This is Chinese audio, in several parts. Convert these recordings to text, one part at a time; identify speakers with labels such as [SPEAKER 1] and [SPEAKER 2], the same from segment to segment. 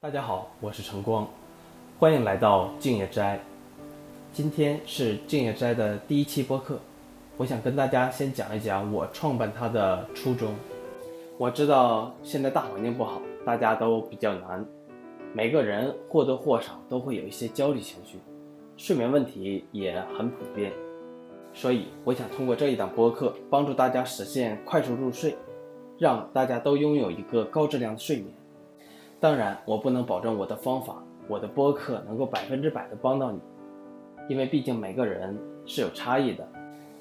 [SPEAKER 1] 大家好，我是晨光，欢迎来到静夜斋。今天是静夜斋的第一期播客，我想跟大家先讲一讲我创办它的初衷。我知道现在大环境不好，大家都比较难，每个人或多或少都会有一些焦虑情绪，睡眠问题也很普遍。所以，我想通过这一档播客，帮助大家实现快速入睡，让大家都拥有一个高质量的睡眠。当然，我不能保证我的方法、我的播客能够百分之百的帮到你，因为毕竟每个人是有差异的。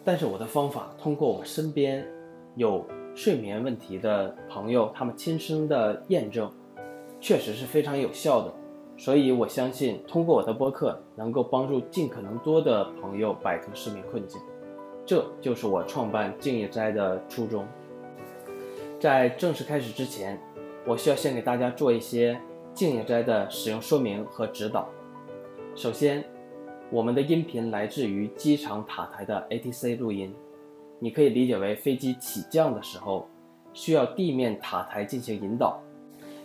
[SPEAKER 1] 但是我的方法，通过我身边有睡眠问题的朋友他们亲身的验证，确实是非常有效的。所以我相信，通过我的播客，能够帮助尽可能多的朋友摆脱失眠困境。这就是我创办静夜斋的初衷。在正式开始之前，我需要先给大家做一些静夜斋的使用说明和指导。首先，我们的音频来自于机场塔台的 ATC 录音，你可以理解为飞机起降的时候需要地面塔台进行引导，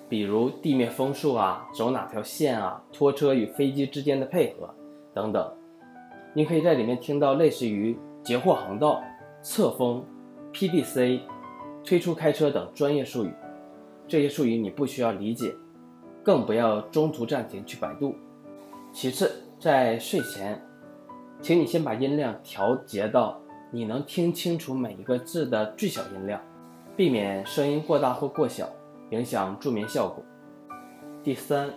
[SPEAKER 1] 比如地面风速啊、走哪条线啊、拖车与飞机之间的配合等等。你可以在里面听到类似于截获航道、侧风、PDC、推出开车等专业术语。这些术语你不需要理解，更不要中途暂停去百度。其次，在睡前，请你先把音量调节到你能听清楚每一个字的最小音量，避免声音过大或过小，影响助眠效果。第三，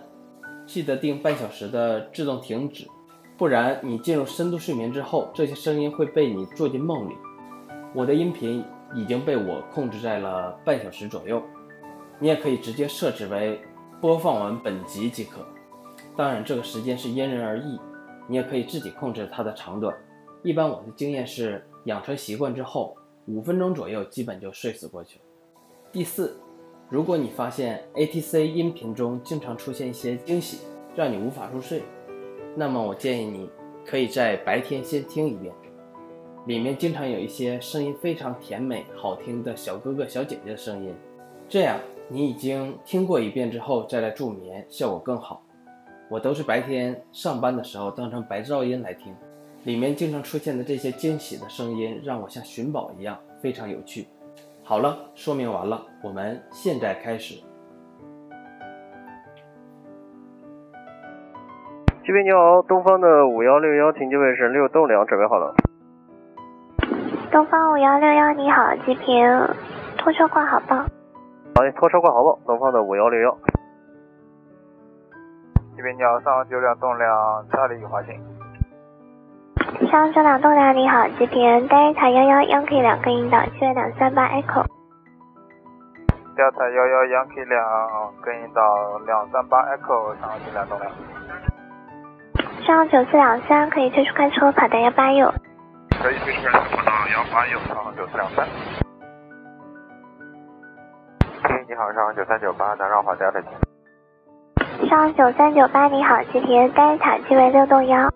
[SPEAKER 1] 记得定半小时的自动停止，不然你进入深度睡眠之后，这些声音会被你做进梦里。我的音频已经被我控制在了半小时左右。你也可以直接设置为播放完本集即可。当然，这个时间是因人而异，你也可以自己控制它的长短。一般我的经验是，养成习惯之后，五分钟左右基本就睡死过去了。第四，如果你发现 ATC 音频中经常出现一些惊喜，让你无法入睡，那么我建议你可以在白天先听一遍，里面经常有一些声音非常甜美好听的小哥哥小姐姐的声音，这样。你已经听过一遍之后再来助眠，效果更好。我都是白天上班的时候当成白噪音来听，里面经常出现的这些惊喜的声音让我像寻宝一样，非常有趣。好了，说明完了，我们现在开始。
[SPEAKER 2] 这边你好，东方的五幺六幺停机位是六栋梁，准备好了。
[SPEAKER 3] 东方五幺六幺，你好，极平，拖车挂好报。
[SPEAKER 2] 好嘞，拖车挂好报，东方的五幺六幺。
[SPEAKER 4] 这边你好，上行九两栋两大理华信，
[SPEAKER 3] 上九两栋梁，你好，极平，Delta 幺幺 Yankee 两个引导，七月两三八 Echo。
[SPEAKER 4] 调查幺幺 Yankee 两跟引导两三八 Echo 上行九两栋两。
[SPEAKER 3] 上九四两三可以退出开车，跑到幺八右。
[SPEAKER 4] 可以推出两栋两幺八右上行九四两三。你好，上行九三九八南绕华家的，
[SPEAKER 3] 上九三九八，你好，极平，Delta 机位六栋幺。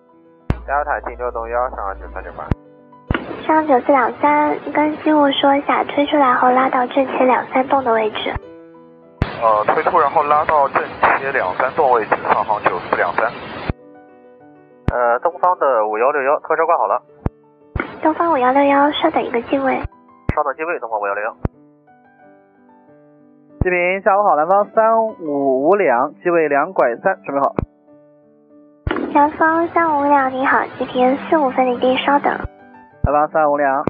[SPEAKER 4] 加塔进六栋幺上行九三九八。
[SPEAKER 3] 上九四两三，跟机务说一下，推出来后拉到正前两三栋的位置。
[SPEAKER 4] 呃，推出然后拉到正切两三栋位置，上行九四两三。
[SPEAKER 2] 呃，东方的五幺六幺，拖车挂好了，
[SPEAKER 3] 东方五幺六幺，稍等一个进位。
[SPEAKER 2] 稍等机位，东方五幺六幺。
[SPEAKER 5] 这边下午好，南方三五五两，机位两拐三，准备好。
[SPEAKER 3] 南方三五两，你好，极平，四五分离地，稍等。
[SPEAKER 5] 南方三五两，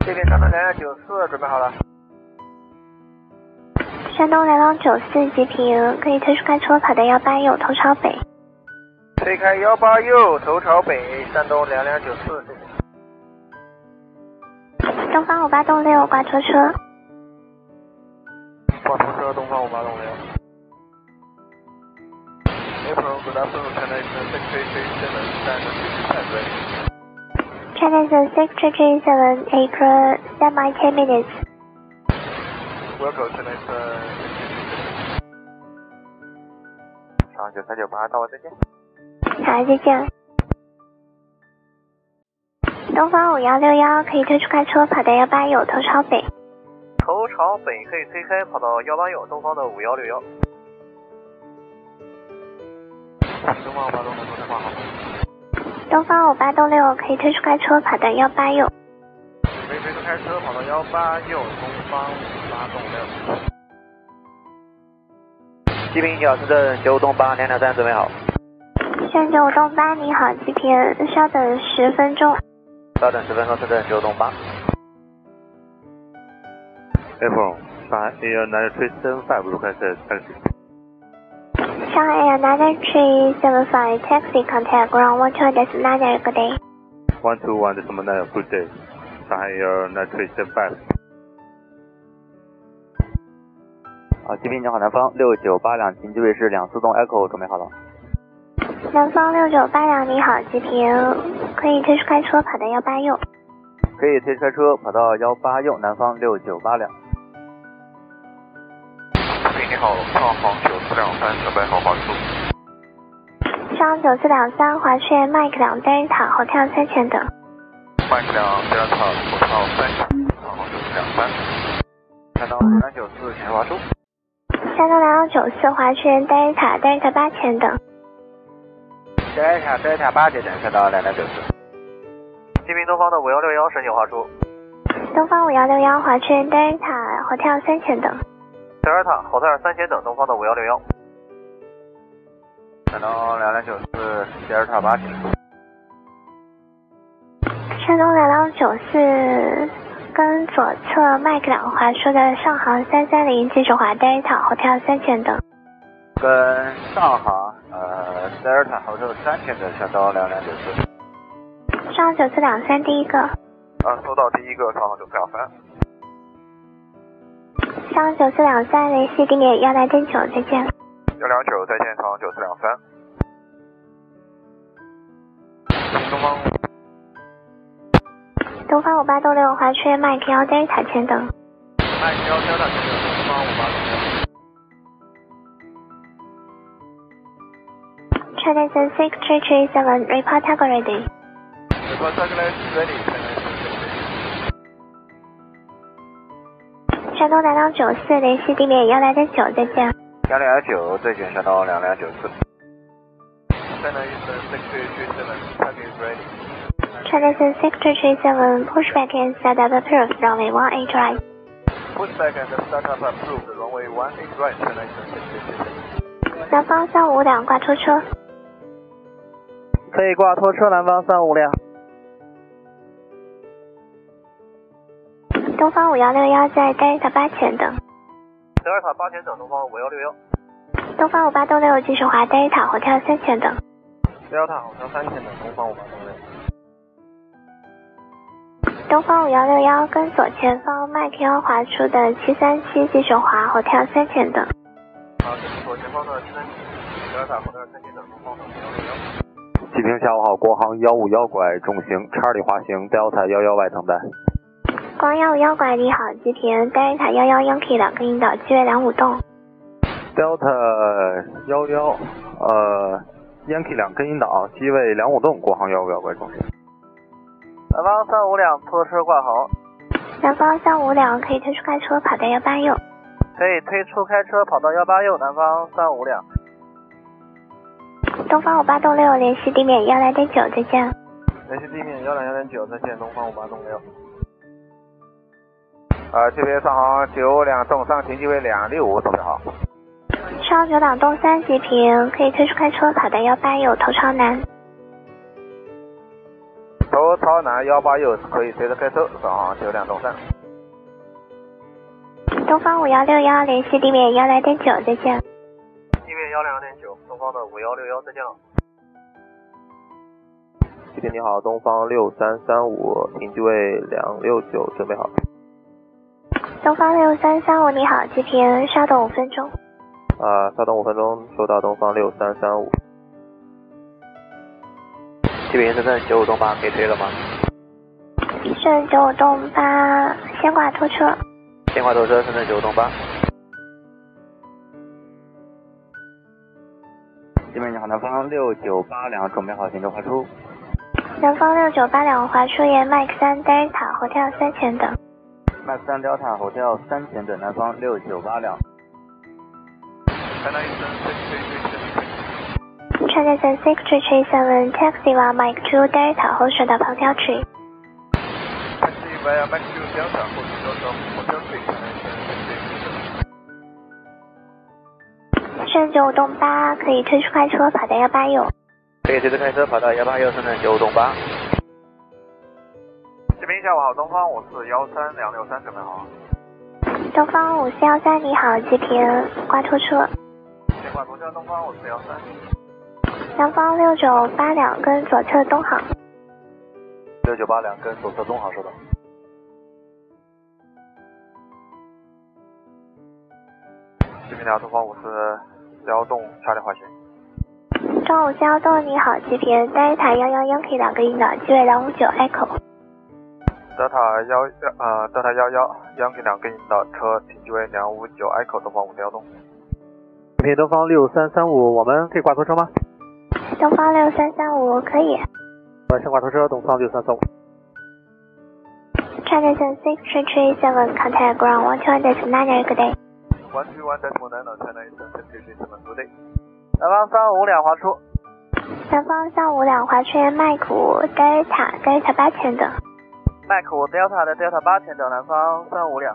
[SPEAKER 4] 这边山东两幺九四准备好了，
[SPEAKER 3] 山东联网九四极平，可以推出开车，跑到幺八右，头朝北。
[SPEAKER 4] 推开幺八右头朝北，山东两两九四。谢谢
[SPEAKER 3] 东方五八栋六挂拖车，
[SPEAKER 4] 挂出车东方五八栋零。April Good afternoon, can I six eight seven stand at
[SPEAKER 3] China is six three three seven April semi ten minutes。
[SPEAKER 4] Welcome to next uh, 上九三九八，到我再见。
[SPEAKER 3] 好，再见。东方五幺六幺可以推出开车，跑到幺八右，头朝北。
[SPEAKER 2] 头朝北可以推开，跑到幺八幺东方的五幺六幺。
[SPEAKER 4] 东方五八东南电话号码，
[SPEAKER 3] 东方五八栋六可以推出该车，跑到幺八右。
[SPEAKER 4] 北北开车跑到幺八右东方五八栋六。
[SPEAKER 5] 吉平角深圳九五栋八两两三准备好，
[SPEAKER 3] 深圳九五栋八，你好，吉平，稍等十分钟。
[SPEAKER 5] 稍等十分钟，深圳九五栋八。
[SPEAKER 6] iPhone 上 Air Nine Station Five request taxi.
[SPEAKER 3] Shanghai Air 9375 taxi contact ground water designated good day.
[SPEAKER 6] One two one decimal nine. Good day. Shanghai Air Nine Station Five.
[SPEAKER 5] 好，吉平角好南方六九八两秦居卫士两四栋 Echo 准备好了，
[SPEAKER 3] 南方六九八两，你好，吉平，可以推出该车跑到幺八右。
[SPEAKER 5] 可以推开车跑到幺八右南方六九八两。
[SPEAKER 4] 喂，你好，上航九四两三，准备好华速。
[SPEAKER 3] 上九四两三华讯麦克两 Delta Hotel 三千等。
[SPEAKER 4] 麦克两德尔塔，我靠三，上航九四两三。看到三九四，请华速。
[SPEAKER 3] 山东两九四华讯 Delta Delta 八千等。
[SPEAKER 5] 德尔塔德尔塔八接诊，看到两两九四。
[SPEAKER 2] 吉平东方的五幺六幺，申请华出。
[SPEAKER 3] 东方五幺六幺华讯 Delta Hotel 三千等。
[SPEAKER 2] 德尔塔，好在三千等东方的五幺六幺。
[SPEAKER 5] 山东两两九四，德尔塔八接诊。
[SPEAKER 3] 山东两幺九四跟左侧麦克两华说的上航三三零技术华 Delta Hotel 三千等。
[SPEAKER 5] 跟上航呃德尔塔后头三千的山东两两九四。
[SPEAKER 3] 上九四两三第一个。
[SPEAKER 4] 啊，收到第一个上航九四两三。
[SPEAKER 3] 上九四两三联系地点幺来点九，再见。
[SPEAKER 4] 幺两九，再见，上航九四两三。东方
[SPEAKER 3] 东方五八栋六华区麦克幺 Delta 千等。
[SPEAKER 4] 麦克幺幺两九，东方五八栋六。
[SPEAKER 3] Tradition six three three seven report target ready.
[SPEAKER 4] 美国三个来水里才能行驶。
[SPEAKER 3] 山东南岗九四联系地点幺来点九，再见。
[SPEAKER 5] 幺零幺九，最近山东两两九四。
[SPEAKER 4] China Eastern 6237, target ready.
[SPEAKER 3] Tradition six three three seven pushback and set up approved runway one eight right.
[SPEAKER 4] Pushback and startup approved. Runway 18 right, China Eastern 6237.
[SPEAKER 3] 南方三五两挂出车。
[SPEAKER 5] 可以挂拖车南方三五两。
[SPEAKER 3] 东方五幺六幺在 Delta 八千等。
[SPEAKER 2] 德尔塔八千等东方五幺六幺。
[SPEAKER 3] 东方五八栋六技术华 Delta 火跳三千等。
[SPEAKER 2] 德尔塔好像三千等东方五八栋六。
[SPEAKER 3] 东方五幺六幺跟左前方麦克幺华出的七三七技术华火跳三千等。
[SPEAKER 4] 好，这是左前方的三德尔塔，后面三千等东方的五幺六幺。
[SPEAKER 6] 吉平下午好，国航幺五幺拐重型叉里滑行 Delta 幺幺外等待。
[SPEAKER 3] 光幺五幺拐你好，吉田 Delta 幺幺 Yankee 两个引导，七月两五栋。
[SPEAKER 6] Delta 幺幺呃 Yankee 两根引导，机位两五栋，国航幺五幺拐重型。
[SPEAKER 5] 南方三五两拖车挂好，
[SPEAKER 3] 南方三五两可以推出该车，跑到幺八右。
[SPEAKER 5] 可以推出开车跑到幺八右南方三五两。
[SPEAKER 3] 东方五八栋六联系地面幺来点九，再见。
[SPEAKER 4] 联系地面幺两幺点九，再见，东方五八栋六。呃，这边上航九两栋上行机位两六五，准备好。
[SPEAKER 3] 上九档东三吉平可以推出该车，跑到幺八右，头朝南。
[SPEAKER 4] 头朝南幺八右，可以随着开车，上航九两栋三。
[SPEAKER 3] 东方五幺六幺联系地面幺来点九，再见。
[SPEAKER 2] 地面幺两幺点九东方的五幺六幺，再见了。
[SPEAKER 5] 吉平你好，东方六三三五，停机位两六九，准备好。
[SPEAKER 3] 东方六三三五你好，吉平，稍等五分钟。
[SPEAKER 5] 啊，稍等五分钟，收到东方六三三五。吉平深圳九五栋八，可以推了吗？
[SPEAKER 3] 顺九五栋八，先挂拖车。
[SPEAKER 5] 电话拖车深圳九五栋八。吉平你好，南方六九八两，准备好行舟发出。
[SPEAKER 3] 南方六九八两华出言麦克三 Delta 火跳三千等。
[SPEAKER 5] 麦克三 Delta Hotel 三前的南方六九八两。
[SPEAKER 4] China Eastern Six Three Three Seven。
[SPEAKER 3] China Eastern 6337 Taxi via Mike 2 Delta 后水的旁调区。
[SPEAKER 4] Taxi via Mike Two Delta Hotel Delta Hotel Three China Eastern Six Three Three Seven。
[SPEAKER 3] 顺九五栋八可以推出快车跑到幺八六。
[SPEAKER 5] 可以随着开车跑到幺八幺深圳九五栋八。
[SPEAKER 4] 这边下午好，东方我是幺三两六三，准备好。
[SPEAKER 3] 东方五四幺三你好，截屏挂拖车。
[SPEAKER 4] 电话同车，东方我是幺三。
[SPEAKER 3] 南方六九八两跟左侧东航。
[SPEAKER 5] 六九八两跟左侧东航收到。
[SPEAKER 4] 这边聊东方我是幺栋差点滑行。
[SPEAKER 3] 中午四幺栋你好，截屏 Delta 幺幺 Yankee 两个引导，机位两五九 Echo。
[SPEAKER 4] 德塔幺幺呃，德塔幺幺幺给两个引导车停机位两五九 Echo 东方五幺栋。
[SPEAKER 6] 平东方六三三五，我们可以挂拖车吗？
[SPEAKER 3] 东方六三三五可以。
[SPEAKER 6] 我先挂拖车，东方六三三五。
[SPEAKER 3] China Eastern 6337 Contact Ground 121.9 Good day。
[SPEAKER 4] One two one decimal nine China Eastern six three three seven two day。南方三五两滑出。
[SPEAKER 3] 南方三五两华圈麦谷 Delta Delta 八千的。
[SPEAKER 4] 麦克我 Delta 的 Delta 八前等南方三五两。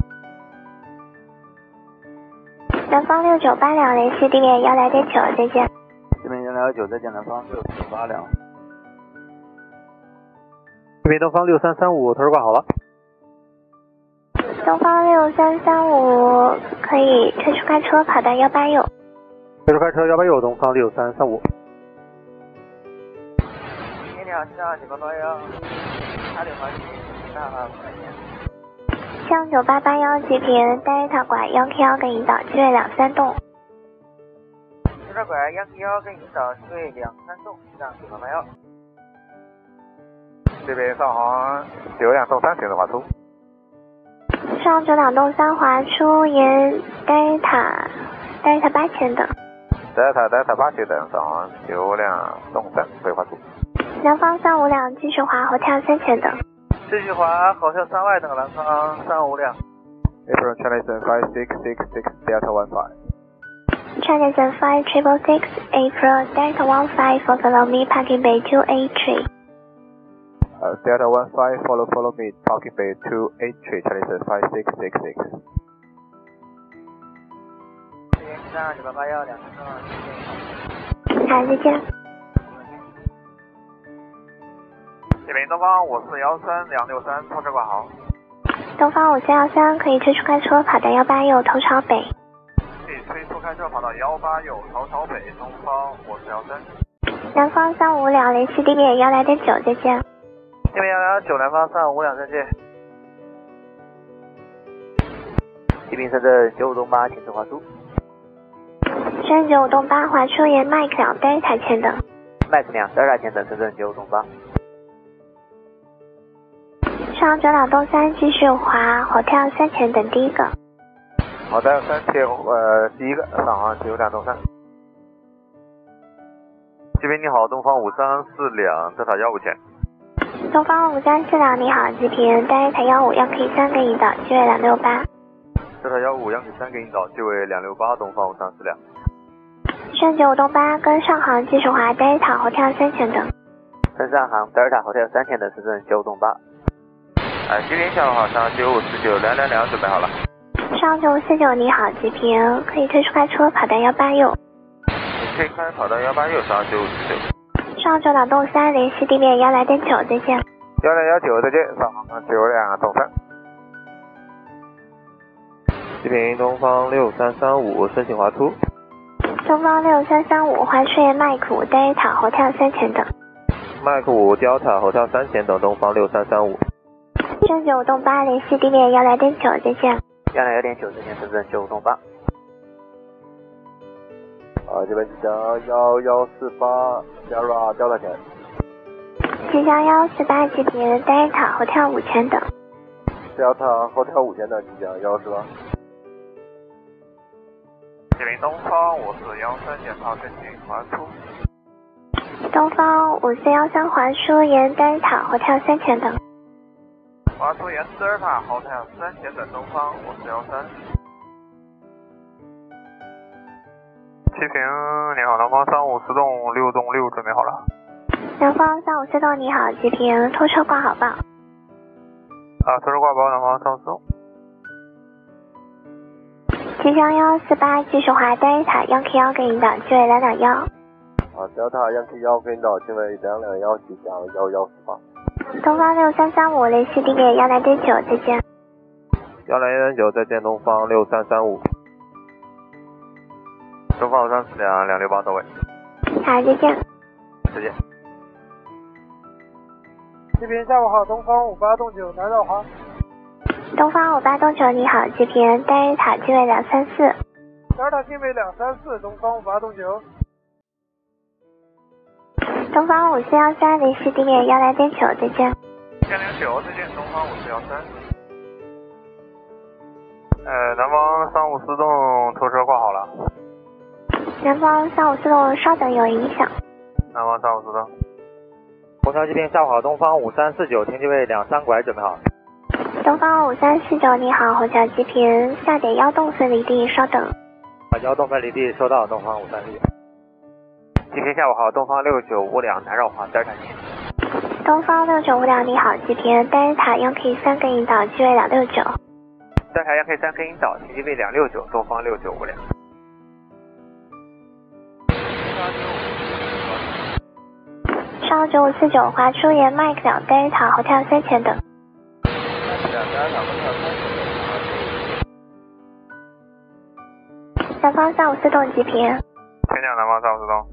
[SPEAKER 3] 南方六九八两联系地点幺来点九，再见。
[SPEAKER 5] 这边幺零幺九再见南方六九八两。
[SPEAKER 6] 平东方六三三五，拖车挂好了。
[SPEAKER 3] 东方六三三五可以推出快车跑到幺八六。
[SPEAKER 6] 推出开车幺八六，东方六三三五。
[SPEAKER 4] 一两下九八八幺，差点滑行，那快点。
[SPEAKER 3] 向九八八幺截屏 Delta 拐幺 K 幺跟引导，机位两三栋。
[SPEAKER 4] 这边拐幺七幺跟引导对两三栋，让九八八幺。这边上行九两栋三，请的滑出。
[SPEAKER 3] 上九两栋三华出沿 Delta Delta 八千的。
[SPEAKER 4] Delta Delta 八七等上行九两栋三，对滑出。
[SPEAKER 3] 南方三五两继续滑后跳三千的。
[SPEAKER 4] 继续滑，好跳三外等南方三五两。April China Eastern five six six six Delta one five。
[SPEAKER 3] China Eastern 5 Triple Six April Delta One Five for follow me parking bay two eight three.
[SPEAKER 4] Uh, Delta one five, follow follow me, parking bay two eight three, Chinese five six six six. 三九八八幺两个
[SPEAKER 3] 好，再见。
[SPEAKER 4] 这边东方，我是幺三两六三，通知挂号。
[SPEAKER 3] 东方五四幺三可以推出快车跑到幺八六头朝北。
[SPEAKER 4] 可以推出开车跑到幺八九朝朝北，东方我是幺三。
[SPEAKER 3] 南方三五两联系地点幺来点九，再见。
[SPEAKER 4] 这边幺幺九南方三五两再见。
[SPEAKER 5] 地平深圳九五栋八，请次华出。
[SPEAKER 3] 三九五栋八华出沿麦克两 Delta 前等。
[SPEAKER 5] 麦克两德尔塔前等深圳九五栋八。
[SPEAKER 3] 上九两栋三继续滑后跳三前等第一个。
[SPEAKER 4] 好的，三七呃第一个上行九两东三。
[SPEAKER 6] 这边你好，东方五三四两，德塔幺五前。
[SPEAKER 3] 东方五三四两你好，截屏 Delta 幺五幺 K 三跟引导，机位两六八。
[SPEAKER 6] 德塔幺五，央企三给引导，机位两六八，东方五三四两。
[SPEAKER 3] 上九五栋八跟上航继续滑 Delta 后跳三前等。
[SPEAKER 5] 深上航德尔塔 Hotel 三前等深圳九五栋八。呃，吉林下午好，上九五四九两两两准备好了。
[SPEAKER 3] 上九四九你好，截屏可以推出快车跑到幺八六。
[SPEAKER 5] 你可以开跑到幺八六上九五四九。
[SPEAKER 3] 上九两栋三联系地面幺来点九，再见。
[SPEAKER 4] 幺两幺九再见，上行九两东三。
[SPEAKER 6] 这边东方六三三五，申请华出。
[SPEAKER 3] 东方六三三五华顺麦谷 Delta 后跳三前等。
[SPEAKER 6] 麦克五 Delta 后跳三前等，东方六三三五。
[SPEAKER 3] 正九栋八联系地面幺来点九，再见。
[SPEAKER 5] 幺零幺点九之前深圳九五栋八。
[SPEAKER 6] 啊，这边吉祥幺幺四八 Sierra Delta 前。
[SPEAKER 3] 吉祥幺四八截屏 Delta 后跳五前等。
[SPEAKER 6] Delta 后跳五前等，吉祥幺四八。
[SPEAKER 4] 这边东方我是幺三减号申请滑出。
[SPEAKER 3] 东方五四幺三华书沿 Delta 后跳三前等。
[SPEAKER 4] 华
[SPEAKER 7] 华苏源德尔塔后太阳三千转东方，我是幺三。
[SPEAKER 4] 七平，你好，南方三五四栋六栋六，准备好了。
[SPEAKER 3] 南方三五四栋，你好，吉平，拖车挂好报。
[SPEAKER 4] 啊，拖车挂包，南方三五四栋。
[SPEAKER 3] 吉祥幺四八，继续华德塔幺 K 幺给引导，机位两两幺。
[SPEAKER 5] 啊，德尔塔幺 K 幺跟导进位两两幺吉祥幺幺四八。
[SPEAKER 3] 东方六三三五，联系地点幺来对九，再见。
[SPEAKER 5] 幺零幺九，再见东方六三三五。
[SPEAKER 4] 东方五三四两两六八到位，
[SPEAKER 3] 好，再见。
[SPEAKER 4] 再见。
[SPEAKER 8] 这边下午好，东方五八栋九，南道华。
[SPEAKER 3] 东方五八栋九，你好，吉平，德尔塔机位两三四。
[SPEAKER 8] 德尔塔进位两三四，东方五八栋九。
[SPEAKER 3] 东方五四幺三，联系地点幺来对九，再见。
[SPEAKER 7] 幺零九，再见，东方五四幺三。
[SPEAKER 4] 呃，南方三五四栋拖车挂好了，
[SPEAKER 3] 南方三五四栋，稍等有影响。
[SPEAKER 4] 南方三五四栋。
[SPEAKER 5] 虹桥这边下午好，东方五三四九，停机位两三拐，准备好。
[SPEAKER 3] 东方五三四九，你好，虹桥吉平，下点幺洞分离地，稍等。
[SPEAKER 5] 啊，幺东分离地收到，东方五三四九。今天下午好，东方六九五两南绕华德尔塔进。
[SPEAKER 3] 东方六九五两，你好，吉平，德尔塔幺 K 三跟引导，机位两六九。
[SPEAKER 5] 德尔塔幺 K 三跟引导，停机位两六九，东方六九五两。
[SPEAKER 7] 啊
[SPEAKER 3] 上九五四九，华出言麦克两德尔塔，虹桥三前等。
[SPEAKER 7] 两三两三三。
[SPEAKER 3] 南方三五四栋吉平。
[SPEAKER 4] 请讲南方三五四栋。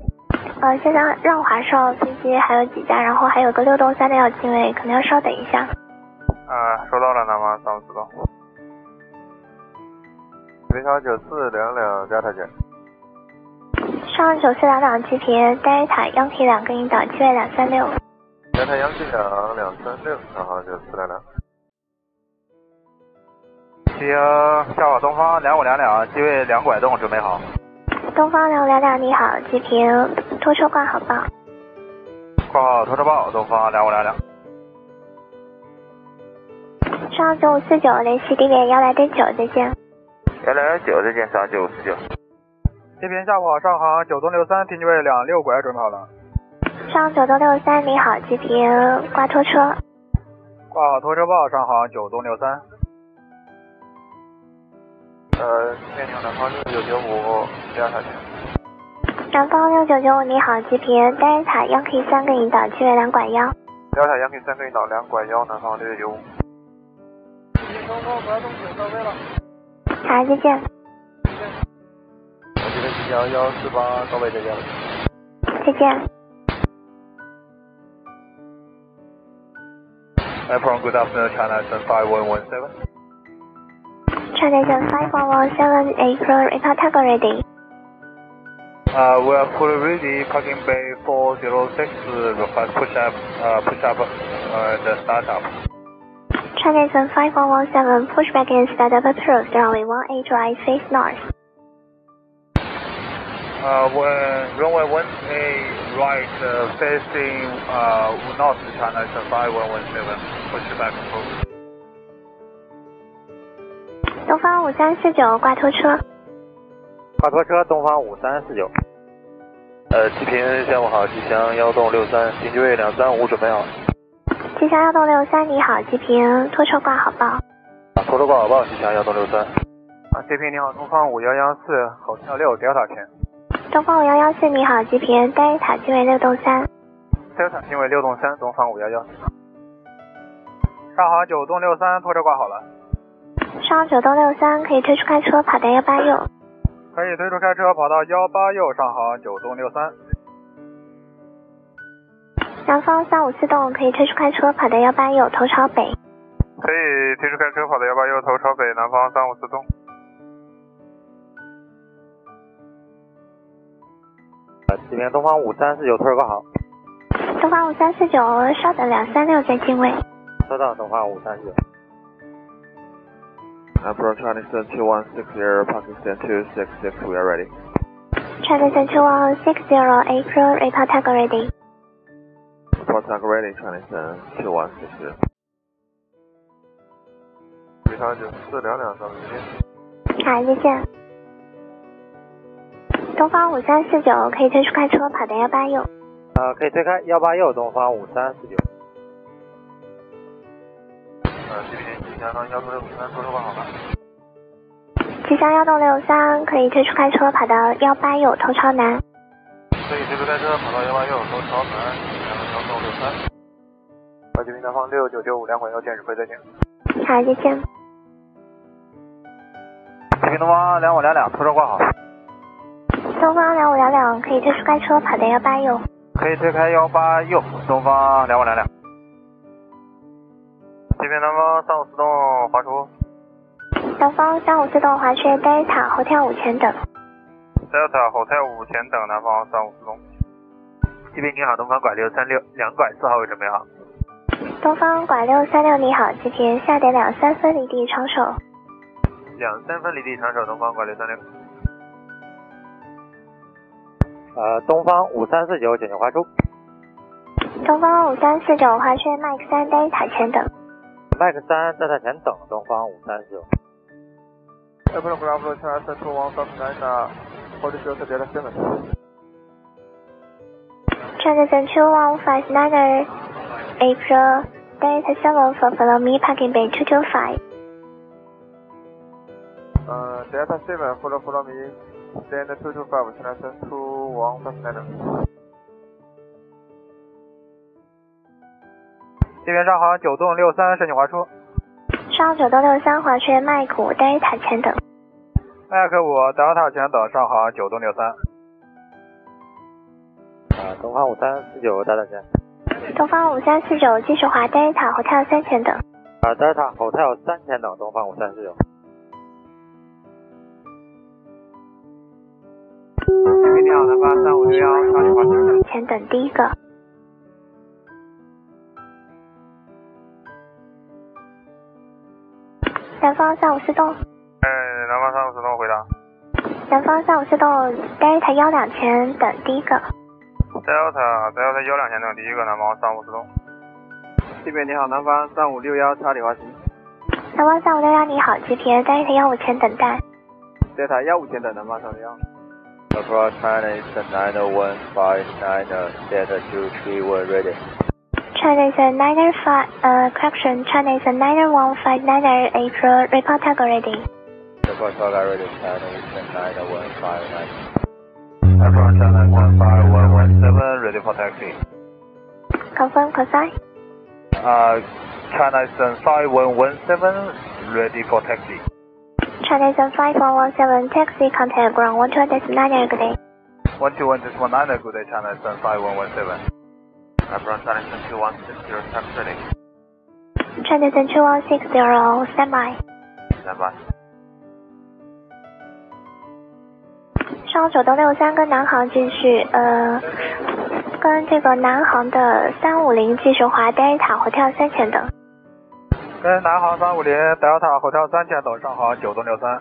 [SPEAKER 3] 呃，现在让华少飞机还有几架，然后还有个六栋三的要进位，可能要稍等一下。
[SPEAKER 4] 呃，收到了，南方三五四栋。
[SPEAKER 5] 零幺九四两两加塔进。
[SPEAKER 3] 上九四两两吉平，德尔塔幺 K 两跟引导，机位两三六。
[SPEAKER 5] 德尔塔幺 K 两两三六，然后九四两两。
[SPEAKER 4] 七平，下午好，东方两五两两，机位两拐洞，准备好。
[SPEAKER 3] 东方六两两，你好，吉平，拖车挂好报。
[SPEAKER 4] 挂号拖车报，东方两五两两。
[SPEAKER 3] 上九五四九，联系地点幺来对九，再见。
[SPEAKER 5] 幺零幺九，再见上啊九五四九。
[SPEAKER 4] 这边下午好，上航九栋六三，停机位两六拐，准备好了。
[SPEAKER 3] 上九栋六三，你好，吉平，挂拖车。
[SPEAKER 4] 挂好拖车啊报，上航九栋六三。
[SPEAKER 7] 呃，天津南方六九九五，第二条线。
[SPEAKER 3] 南方六九九五，你好，吉平，德尔塔幺 K 三跟引导，机位两拐幺。
[SPEAKER 7] 幺塔幺 K 三可以导两拐幺，南方六九九五。
[SPEAKER 8] 东方五八栋九到位了。
[SPEAKER 3] 好，再见。
[SPEAKER 5] 我这边吉祥幺四八，高位再见了。
[SPEAKER 3] 再见。
[SPEAKER 4] Everyone, good afternoon. China Eastern 5117.
[SPEAKER 3] Transition 5117 April report tag ready.
[SPEAKER 4] Uh, we are fully ready. Parking bay 406, request push up, uh, push up, uh, the start up.
[SPEAKER 3] Transition 5117 pushback and startup approach runway 18 right face north.
[SPEAKER 4] Uh, when runway 18 right, uh, facing, uh, north China Eastern 5117, push back full.
[SPEAKER 3] 东方五三四九挂拖车。
[SPEAKER 5] 挂拖车，东方五三四九。呃，七平，下午好，吉祥幺栋六三，停机位两三五，准备好。
[SPEAKER 3] 吉祥幺栋六三你好，吉平，拖车挂好报。
[SPEAKER 5] 拖车挂好报，吉祥幺栋六三。
[SPEAKER 4] 啊，CP 你好，东方五幺幺四，口跳六，Delta 前
[SPEAKER 3] 东方五幺幺四你好，吉平，德尔塔机位六栋三。
[SPEAKER 4] ，Delta 定位六栋三，东方五幺幺上航九栋六三，拖车挂好了，
[SPEAKER 3] 上九栋六三可以推出开车跑到幺八右。
[SPEAKER 4] 可以推出开车跑到幺八右，上航九栋六三，
[SPEAKER 3] 南方三五四栋可以推出开车跑到幺八右，头朝北。
[SPEAKER 4] 可以推出开车跑到幺八右，头朝北，南方三五四栋。
[SPEAKER 5] 这边呃东方五三四九，拖车挂好。
[SPEAKER 3] 东方五三四九，稍等两三六再进位。
[SPEAKER 5] 收到，东方五三四九。
[SPEAKER 9] Approach Houston 2160, Pakistan 266, we are ready.
[SPEAKER 3] Transition 2160 April report tag ready.
[SPEAKER 9] Report tag ready, Houston 2160.
[SPEAKER 10] 长九四两两，咱们再见。
[SPEAKER 3] 好，再见。东方五三四九可以推出快车，跑到幺八右。
[SPEAKER 2] 呃，可以推开幺八右东方五三四九。
[SPEAKER 10] 呃，这边吉祥幺六六三多说吧，好吧。
[SPEAKER 3] 吉祥幺六六三可以推出快车，跑到幺八右头朝南。
[SPEAKER 10] 可以随时开车跑到幺八右，从朝南，然后幺六六三。呃，这边南方六九九五两管幺见指挥，再见。
[SPEAKER 3] 好，再见。
[SPEAKER 4] 这边东方两五两两，头车挂好，
[SPEAKER 3] 东方两五两两可以推出快车，跑到幺八右。
[SPEAKER 4] 可以推开幺八右东方两五两两。
[SPEAKER 10] 这边南方三五四栋华厨，
[SPEAKER 3] 东方三五四栋华区 Delta 后跳五前等。
[SPEAKER 4] Delta Hotel 五前等南方三五四东。
[SPEAKER 5] 这边你好，东方拐六三六两拐四号位准备
[SPEAKER 4] 啊
[SPEAKER 5] 好。
[SPEAKER 3] 东方拐六三六你好，吉田下点两三分离地长手。
[SPEAKER 5] 两三分离地长手，东方拐六三六。
[SPEAKER 2] 呃，东方五三四九，请求华出。
[SPEAKER 3] 东方五三四九华区 Mike 三 Delta 前等。
[SPEAKER 2] 麦克三在他前等东方五三四九。
[SPEAKER 6] Apple Bravo Charlie Two One Five Nine 46 Delta Seven。
[SPEAKER 3] Transition two one five nine April Delta seven for follow me parking bay two two five.
[SPEAKER 6] 呃，Delta Seven follow follow me stand two two five Charlie Two One Five Nine。
[SPEAKER 4] 这边上航九栋六三申请华出，
[SPEAKER 3] 上九六六三华区麦谷 Delta 前等。
[SPEAKER 4] 麦克五 Delta 前等上航九栋六三。
[SPEAKER 2] 呃，东方五三四九在他前。
[SPEAKER 3] 东方五三四九继续华 Delta hotel 三前等。
[SPEAKER 2] 呃，Delta Hotel 三前等东方五三四九。
[SPEAKER 4] 这边你好，南方三五六幺上请华出。
[SPEAKER 3] 前等第一个。南方三五四栋，
[SPEAKER 4] 哎，南方三五四东回答。
[SPEAKER 3] 南方三五四栋 Delta 幺两前等第一个。
[SPEAKER 4] Delta Delta 幺两前等第一个南方三五四东。
[SPEAKER 5] 这边你好，南方三五六幺查理华行
[SPEAKER 3] 南方三五六幺你好，GPA Delta 幺五前等待。
[SPEAKER 5] ，Delta 幺五前等南方三六幺。
[SPEAKER 10] Apple China is nine o one five nine Delta two three one ready。
[SPEAKER 3] China is a niner five, uh, correction, China is a niner one five niner April report tag already.
[SPEAKER 10] Apple China ready. China is nine o one five nine。
[SPEAKER 4] Apple China one five one one seven ready for taxi。
[SPEAKER 3] Confirm, confirm.
[SPEAKER 4] 啊，China is five one one seven ready for taxi。
[SPEAKER 3] China is a five one one seven taxi contact ground one two dash niner good day.
[SPEAKER 4] One two one six one nine good day China is five one one seven。
[SPEAKER 5] Apple China two one six zero taxi ready。
[SPEAKER 3] China is two one six zero standby.
[SPEAKER 5] 南方
[SPEAKER 3] 上九东六三跟南航继续，呃，跟这个南航的三五零继续滑 Delta hotel 三前等。
[SPEAKER 4] 跟南航三五零 Delta Hotel 三前等上航九栋六三。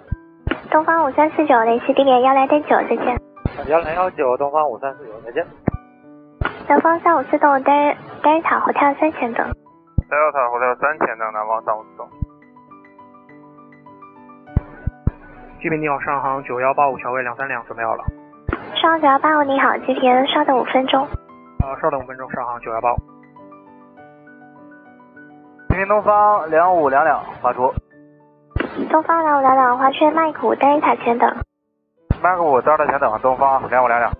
[SPEAKER 3] 东方五三四九联系地点幺零点九，再见。
[SPEAKER 2] 幺零幺九东方五三四九再见。
[SPEAKER 3] 南方三五四栋 Del- Delta hotel 三前等。
[SPEAKER 4] Delta Hotel 三前等南方三五四东。
[SPEAKER 5] 居民你好，上航九幺八五小位两三两准备好了。
[SPEAKER 3] 上九幺八五你好，GPN 稍等五分钟。
[SPEAKER 5] 呃，稍等五分钟，上航九幺八五。
[SPEAKER 4] 这边东方两五两两发出。
[SPEAKER 3] 东方两五两两华区麦谷 Delta 前等。
[SPEAKER 4] Mark 五 Delta 前等东方两五两两。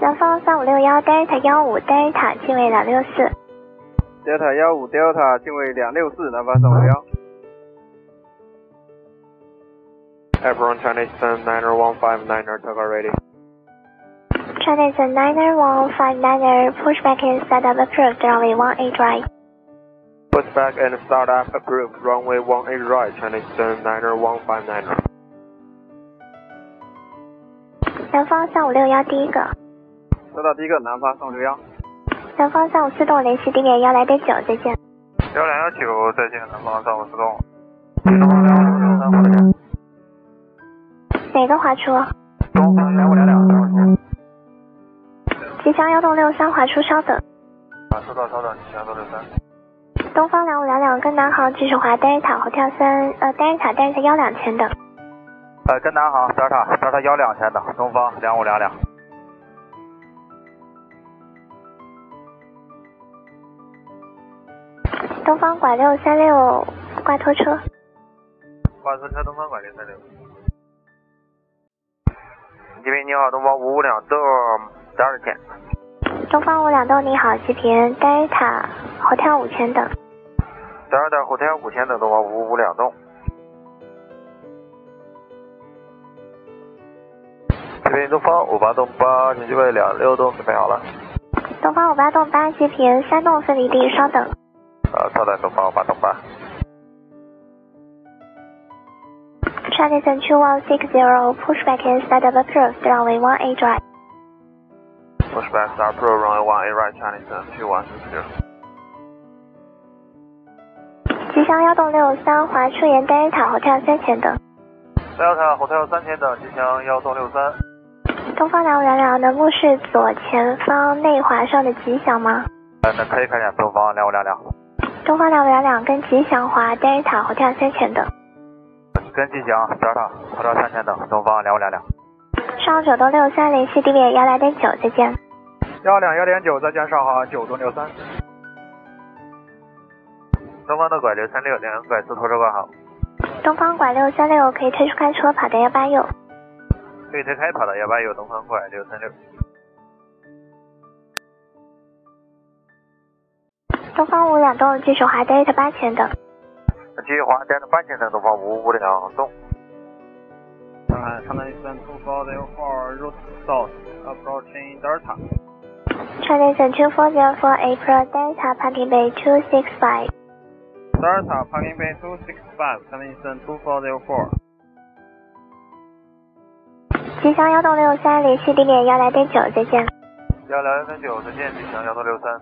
[SPEAKER 3] 南方三五六幺 Delta 幺五 Delta 进位两六四。
[SPEAKER 5] Delta 幺五 Delta 定位两六四南方三五幺。
[SPEAKER 10] Apple China is nine o one five nine Delta ready。
[SPEAKER 3] China is a niner one five niner pushback and setup approved runway one eight right.
[SPEAKER 10] Pushback and startup approved. Runway one eight right. China is nine o one five nine。
[SPEAKER 3] 南方三五六幺第一个。
[SPEAKER 5] 收到第一个南方三五六幺。
[SPEAKER 3] 南方三五四栋联系地点幺零点九，再见。
[SPEAKER 4] 幺两幺九再见南方三五四东。
[SPEAKER 5] 嗯
[SPEAKER 10] 东方两五六三，我的天。
[SPEAKER 3] 哪个滑出？
[SPEAKER 10] 东方两五两两，我的天。
[SPEAKER 3] 吉吉祥幺洞六三华出，稍等。
[SPEAKER 4] 啊，收到，稍等，吉祥幺六三。
[SPEAKER 3] 东方两五两两跟南航继续滑德尔塔后跳三呃德尔塔德尔塔幺两前等。
[SPEAKER 11] 呃，跟南航德尔塔德尔塔幺两前等，东方两五两两。
[SPEAKER 3] 东方拐六三六挂拖车。
[SPEAKER 4] 挂拖车，东方拐六三六。
[SPEAKER 11] 吉平你好，东方五五两豆德尔前。
[SPEAKER 3] 东方五两豆你好，吉平德尔塔后跳五前等。
[SPEAKER 11] 德尔塔后跳五前等，东方五五两栋。
[SPEAKER 4] 吉平东方五八栋八，请就位两六栋准备好了。
[SPEAKER 3] 东方五八栋八，吉平三栋分离地，稍等。
[SPEAKER 4] 呃，稍等，东方五八栋八。
[SPEAKER 3] Chinese and 2160, pushback is that of approach, runway 18 right.
[SPEAKER 4] Pushback star pro runway 18 right, Chinese and 2160.
[SPEAKER 3] 吉祥幺洞六三华出岩 Delta Hotel 三前等，
[SPEAKER 4] Delta Hotel 三千等，吉祥幺栋六三。
[SPEAKER 3] 东方两五两两能目视左前方内华上的吉祥吗？
[SPEAKER 11] 呃，那可以看一下东方两五两两，
[SPEAKER 3] 东方两五两两跟吉祥华 Delta Hotel 三前等，
[SPEAKER 11] 跟吉祥德尔塔后跳三千等，东方两五两两。
[SPEAKER 3] 上九洞六三联系地面幺两点九，再见。
[SPEAKER 12] 幺两幺点九，再见上航九栋六三。
[SPEAKER 4] 东方的拐六三六，两拐四拖车挂好，
[SPEAKER 3] 东方拐六三六可以推出开车跑到幺八右，
[SPEAKER 4] 可以推开跑到幺八右，东方拐六三六。
[SPEAKER 3] 东方五两洞继续华 Delta 八前等，
[SPEAKER 11] 继续滑，加上八千等，东方五五两栋。
[SPEAKER 5] 嗯，长南三东方零二 route south approaching Delta。
[SPEAKER 3] Chinese and 2404 April Delta Parking Bay 265.
[SPEAKER 5] Delta parking bay 265, coming in 2404.
[SPEAKER 3] 吉祥幺洞六三联系地点幺两点九，再见。
[SPEAKER 4] 幺两幺三九，再见，吉祥幺栋六三。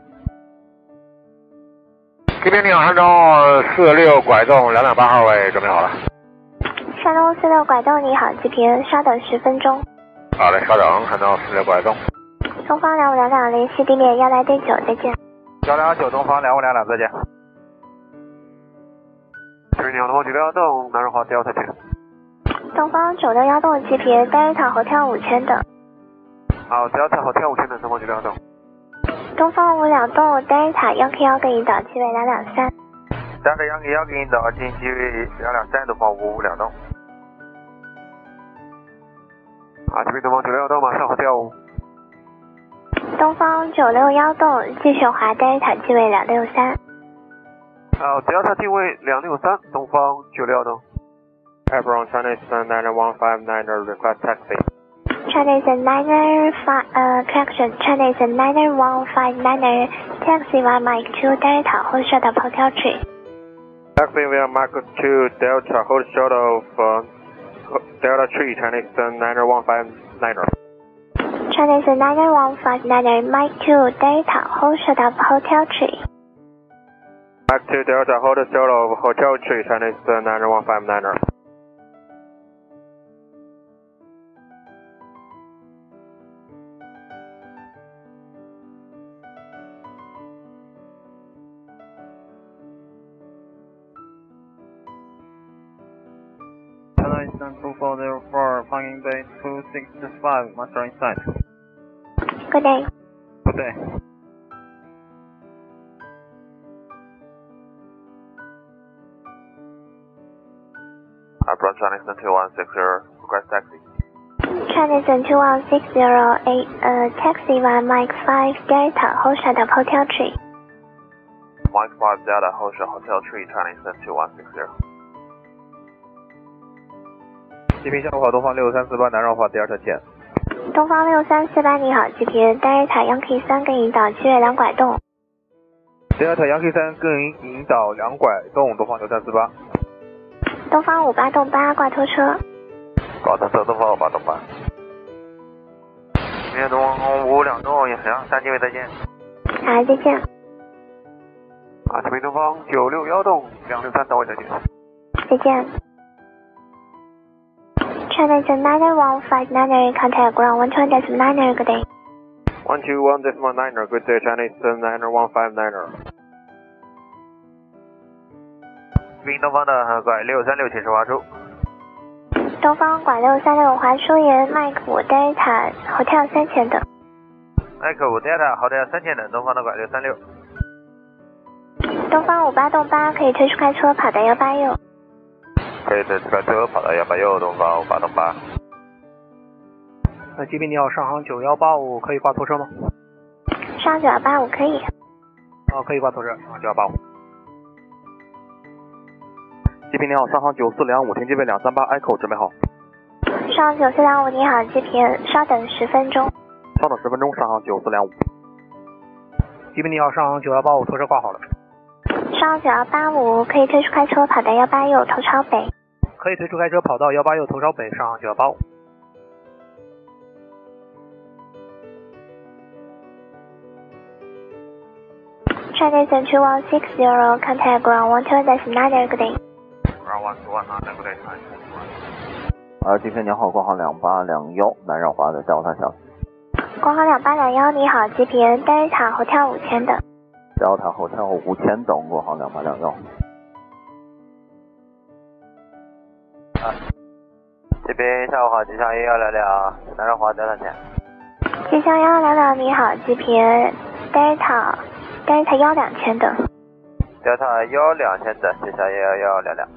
[SPEAKER 13] 吉林领航中四六拐动两两八号位准备好了。
[SPEAKER 3] 山东四六拐洞，你好，吉平，稍等十分钟。
[SPEAKER 13] 好嘞，稍等，看到四六拐动。
[SPEAKER 3] 东方两五两两联系地点幺两点九，再见。
[SPEAKER 11] 幺两幺九，东方两五两两，再见。
[SPEAKER 4] 吉林领航九六幺栋，南中华 Delta 去。
[SPEAKER 3] 东方九六幺洞，吉平，单日塔后跳五千等。
[SPEAKER 4] 好，Delta 好，跳五千等，东方九六幺栋。
[SPEAKER 3] 东方五两洞，单日塔幺 K 幺个引导，机位两两三。
[SPEAKER 11] 德尔塔幺给幺给你导进机位两两三，东方五五两栋。
[SPEAKER 4] 啊，吉林东方九六幺栋，马上好跳舞。
[SPEAKER 3] 东方九六幺洞，继续滑，单日塔机位两六三。
[SPEAKER 4] 好，Delta 定位两六三，东方九六幺栋。
[SPEAKER 5] Airborne Chinese 9159, request taxi.
[SPEAKER 3] Chinese niner five 呃 correction Chinese niner one five niner taxi one Mike two Delta 后射到 hotel tree。
[SPEAKER 5] Taxi via Mark 2 Delta, hold short of uh, Delta 3, Chinese uh, 9159.
[SPEAKER 3] Chinese niner one five niner Mike two Delta 后射到 hotel tree。
[SPEAKER 5] Mark 2 Delta, hold short of Hotel 3, Chinese uh, 9159.
[SPEAKER 11] China Eastern 2404, Panging Bay 265, Master inside.
[SPEAKER 3] Good day.
[SPEAKER 11] Good day.
[SPEAKER 4] Airborne Chinese uh, 2160, request taxi.
[SPEAKER 3] Chinese two one six zero eight 呃 taxi one Mike five Delta 后射到 hotel tree。
[SPEAKER 4] Mike 5 Delta, Hosha Hotel 3, Chinese uh, 2160.
[SPEAKER 11] 吉平下午好，东方六三四八南绕华德尔塔前。
[SPEAKER 3] 东方六三四八你好，吉平，单日塔 Yankee 三跟引导，七月两拐洞。
[SPEAKER 11] 德尔塔幺 K 三更引引导两拐动东方六三四八。
[SPEAKER 3] 东方五八洞八挂拖车。
[SPEAKER 4] 挂他车，东方五八栋八。
[SPEAKER 11] 吉平东方五五两栋两两三机位再见。
[SPEAKER 3] 好，再见。
[SPEAKER 4] 啊，吉平东方九六幺栋两六三，等我再见。
[SPEAKER 3] 再见。China is nine one five nine contact ground one twenty nine good day.
[SPEAKER 14] One two one decimal niner, good day Chinese ten niner one five niner。
[SPEAKER 4] 运东方的拐六三六，请示华出。
[SPEAKER 3] 东方拐六三六华舒言麦克五 Delta Hotel 三千等。
[SPEAKER 4] 麦克五 Delta Hotel 三千等，东方的拐六三六。
[SPEAKER 3] 东方五八栋八可以推出开车跑到幺八六。
[SPEAKER 4] 可以推出开车跑到幺八六，东方五八栋八。
[SPEAKER 5] 呃，吉林你好，上航九幺八五可以挂拖车吗？
[SPEAKER 3] 上九幺八五可以。
[SPEAKER 5] 啊，可以挂拖车，啊，九幺八五。
[SPEAKER 4] 吉平你好，上航九四两五，停机位两三八，Echo 准备好。
[SPEAKER 3] 上九四两五你好，吉平，稍等十分钟。
[SPEAKER 4] 稍等十分钟，上航九四两五。
[SPEAKER 5] 吉平你好，上航九幺八五拖车挂好了。
[SPEAKER 3] 上九幺八五可以推出开车跑到幺八六头朝北。
[SPEAKER 5] 可以推出开车跑到幺八六头朝北，上九幺八五。
[SPEAKER 3] Chinese two one six zero contact ground one two that's another good day.
[SPEAKER 15] Ground one two one nine good day Chinese two one.
[SPEAKER 4] 啊，今天你好，挂号两八两幺，南绕华的加我探详。
[SPEAKER 3] 国航两八两幺你好，GPN 单塔 hotel 五千等。
[SPEAKER 4] 加我探后天后五千等，国航两八两幺。啊，这边下午好，吉祥一幺两两，南绕华交探前。
[SPEAKER 3] 吉祥幺两两你好，GPN 单塔。Delta 幺两千等。
[SPEAKER 4] Delta 幺两千等，谢谢幺幺幺两两。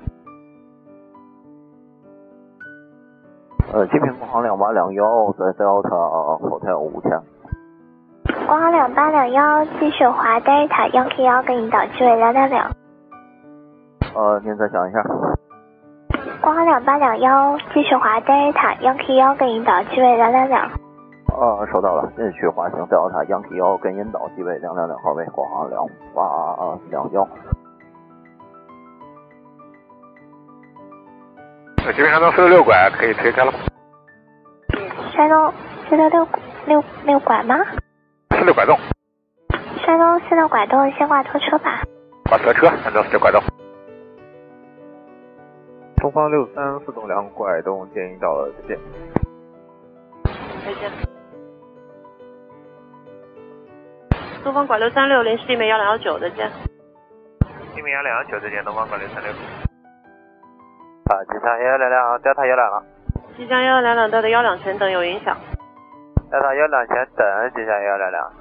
[SPEAKER 4] 呃，金平国航两八两幺，在 Delta Hotel 五千。
[SPEAKER 3] 国航两八两幺，继续华 Delta 幺 K 幺跟引导机位两两两。
[SPEAKER 4] 呃，您再讲一下。
[SPEAKER 3] 国航两八两幺，继续华 Delta 幺 K 幺跟引导机位两两两。
[SPEAKER 4] 呃，收到了，进去滑行调查央 T 幺跟引导机位两两两号位，国航两八二两幺。
[SPEAKER 16] 呃，这边山东四六六拐可以推开了吗？
[SPEAKER 3] 山东四六六六六拐吗？
[SPEAKER 16] 四六拐洞。
[SPEAKER 3] 山东四六拐洞先挂拖车吧。
[SPEAKER 16] 挂拖车，山东四六拐洞。
[SPEAKER 10] 东方六三四栋梁拐洞建议到再见。
[SPEAKER 17] 再见。东方拐六三六，零四一枚幺两幺九，再见。
[SPEAKER 15] 一米幺两幺九，再见，东方拐六三六。
[SPEAKER 4] 啊，吉祥幺幺两两，Delta 幺两了。
[SPEAKER 17] 即将幺两两到的幺两前等有影响。
[SPEAKER 4] Delta 幺两前等，吉祥幺两两。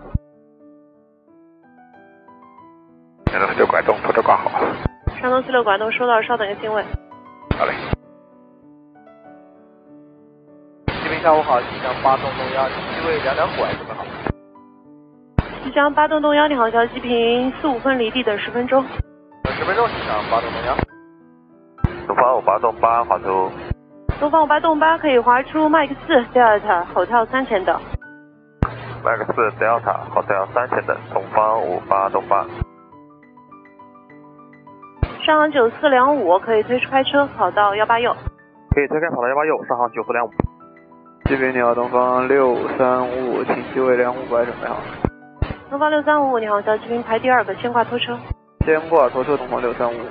[SPEAKER 16] 山东四六拐洞，拖车挂好。
[SPEAKER 17] 山东四六拐洞收到，稍等一个定位。
[SPEAKER 16] 好嘞。
[SPEAKER 15] 这边下午好，吉祥八栋东幺，机位两两拐，准备好。
[SPEAKER 17] 即将八栋洞幺，你好，小机坪，四五分离地等十分钟。
[SPEAKER 15] 十分钟，机长八栋东幺。
[SPEAKER 4] 东方五八栋八，华出。
[SPEAKER 17] 东方五八栋八可以划出 Mike 四 Delta Hotel 三千等。
[SPEAKER 4] Mike 四 Delta Hotel 三千等，东方五八栋八。
[SPEAKER 17] 上航九四两五可以推出开车跑到幺八六。
[SPEAKER 4] 可以推开跑到幺八六，上航九四两五。
[SPEAKER 10] 这边你好，东方六三五五，请机位两五拐准备好。
[SPEAKER 17] 东方六三五五，你好，小机坪排第二个，先挂拖车。
[SPEAKER 10] 先挂拖车，东方六三五五。